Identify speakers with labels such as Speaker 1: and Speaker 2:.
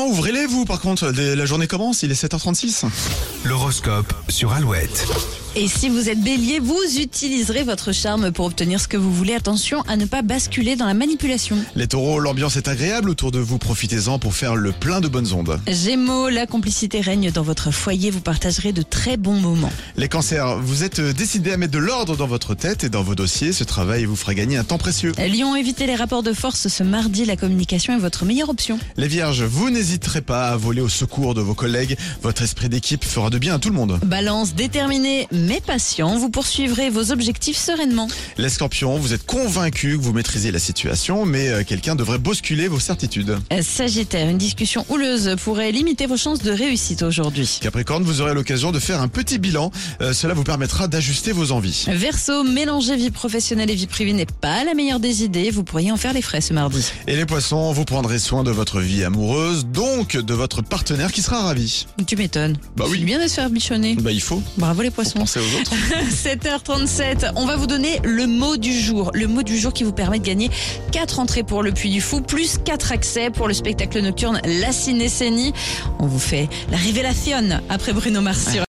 Speaker 1: ouvrez-les vous par contre, dès- la journée commence, il est 7h36.
Speaker 2: L'horoscope sur Alouette.
Speaker 3: Et si vous êtes bélier, vous utiliserez votre charme pour obtenir ce que vous voulez. Attention à ne pas basculer dans la manipulation.
Speaker 1: Les taureaux, l'ambiance est agréable autour de vous, profitez-en pour faire le plein de bonnes ondes.
Speaker 3: Gémeaux, la complicité règne dans votre foyer, vous partagerez de très bons moments.
Speaker 1: Les cancers, vous êtes euh, décidés à mettre de l'ordre dans votre tête et dans vos dossiers, ce travail vous fera gagner un temps précieux.
Speaker 3: Lyon, évitez les rapports de force ce mardi, la communication est votre meilleure option.
Speaker 1: Les vierges, vous n'hésiterez pas à voler au secours de vos collègues, votre esprit d'équipe fera de bien à tout le monde.
Speaker 3: Balance, déterminé mais patient, vous poursuivrez vos objectifs sereinement.
Speaker 1: Les scorpions, vous êtes convaincus que vous maîtrisez la situation, mais euh, quelqu'un devrait bousculer vos certitudes.
Speaker 3: Euh, Sagittaire, une discussion houleuse pourrait limiter vos chances de réussite aujourd'hui.
Speaker 1: Capricorne, vous aurez l'occasion de faire un petit bilan, Euh, cela vous permettra d'ajuster vos envies.
Speaker 3: Verseau, mélanger vie professionnelle et vie privée n'est pas la meilleure des idées, vous pourriez en faire les frais ce mardi.
Speaker 1: Et les poissons, vous prendrez soin de votre vie amoureuse, donc de votre partenaire qui sera ravi.
Speaker 3: Tu m'étonnes.
Speaker 1: Bah oui.
Speaker 3: C'est bien de se faire bichonner.
Speaker 1: Bah il faut,
Speaker 3: Bravo les
Speaker 1: faut
Speaker 3: poissons.
Speaker 1: penser aux autres.
Speaker 3: 7h37, on va vous donner le mot du jour. Le mot du jour qui vous permet de gagner 4 entrées pour le Puy du Fou, plus 4 accès pour le spectacle nocturne La Cinécénie. On vous fait la révélation après Bruno Mars sur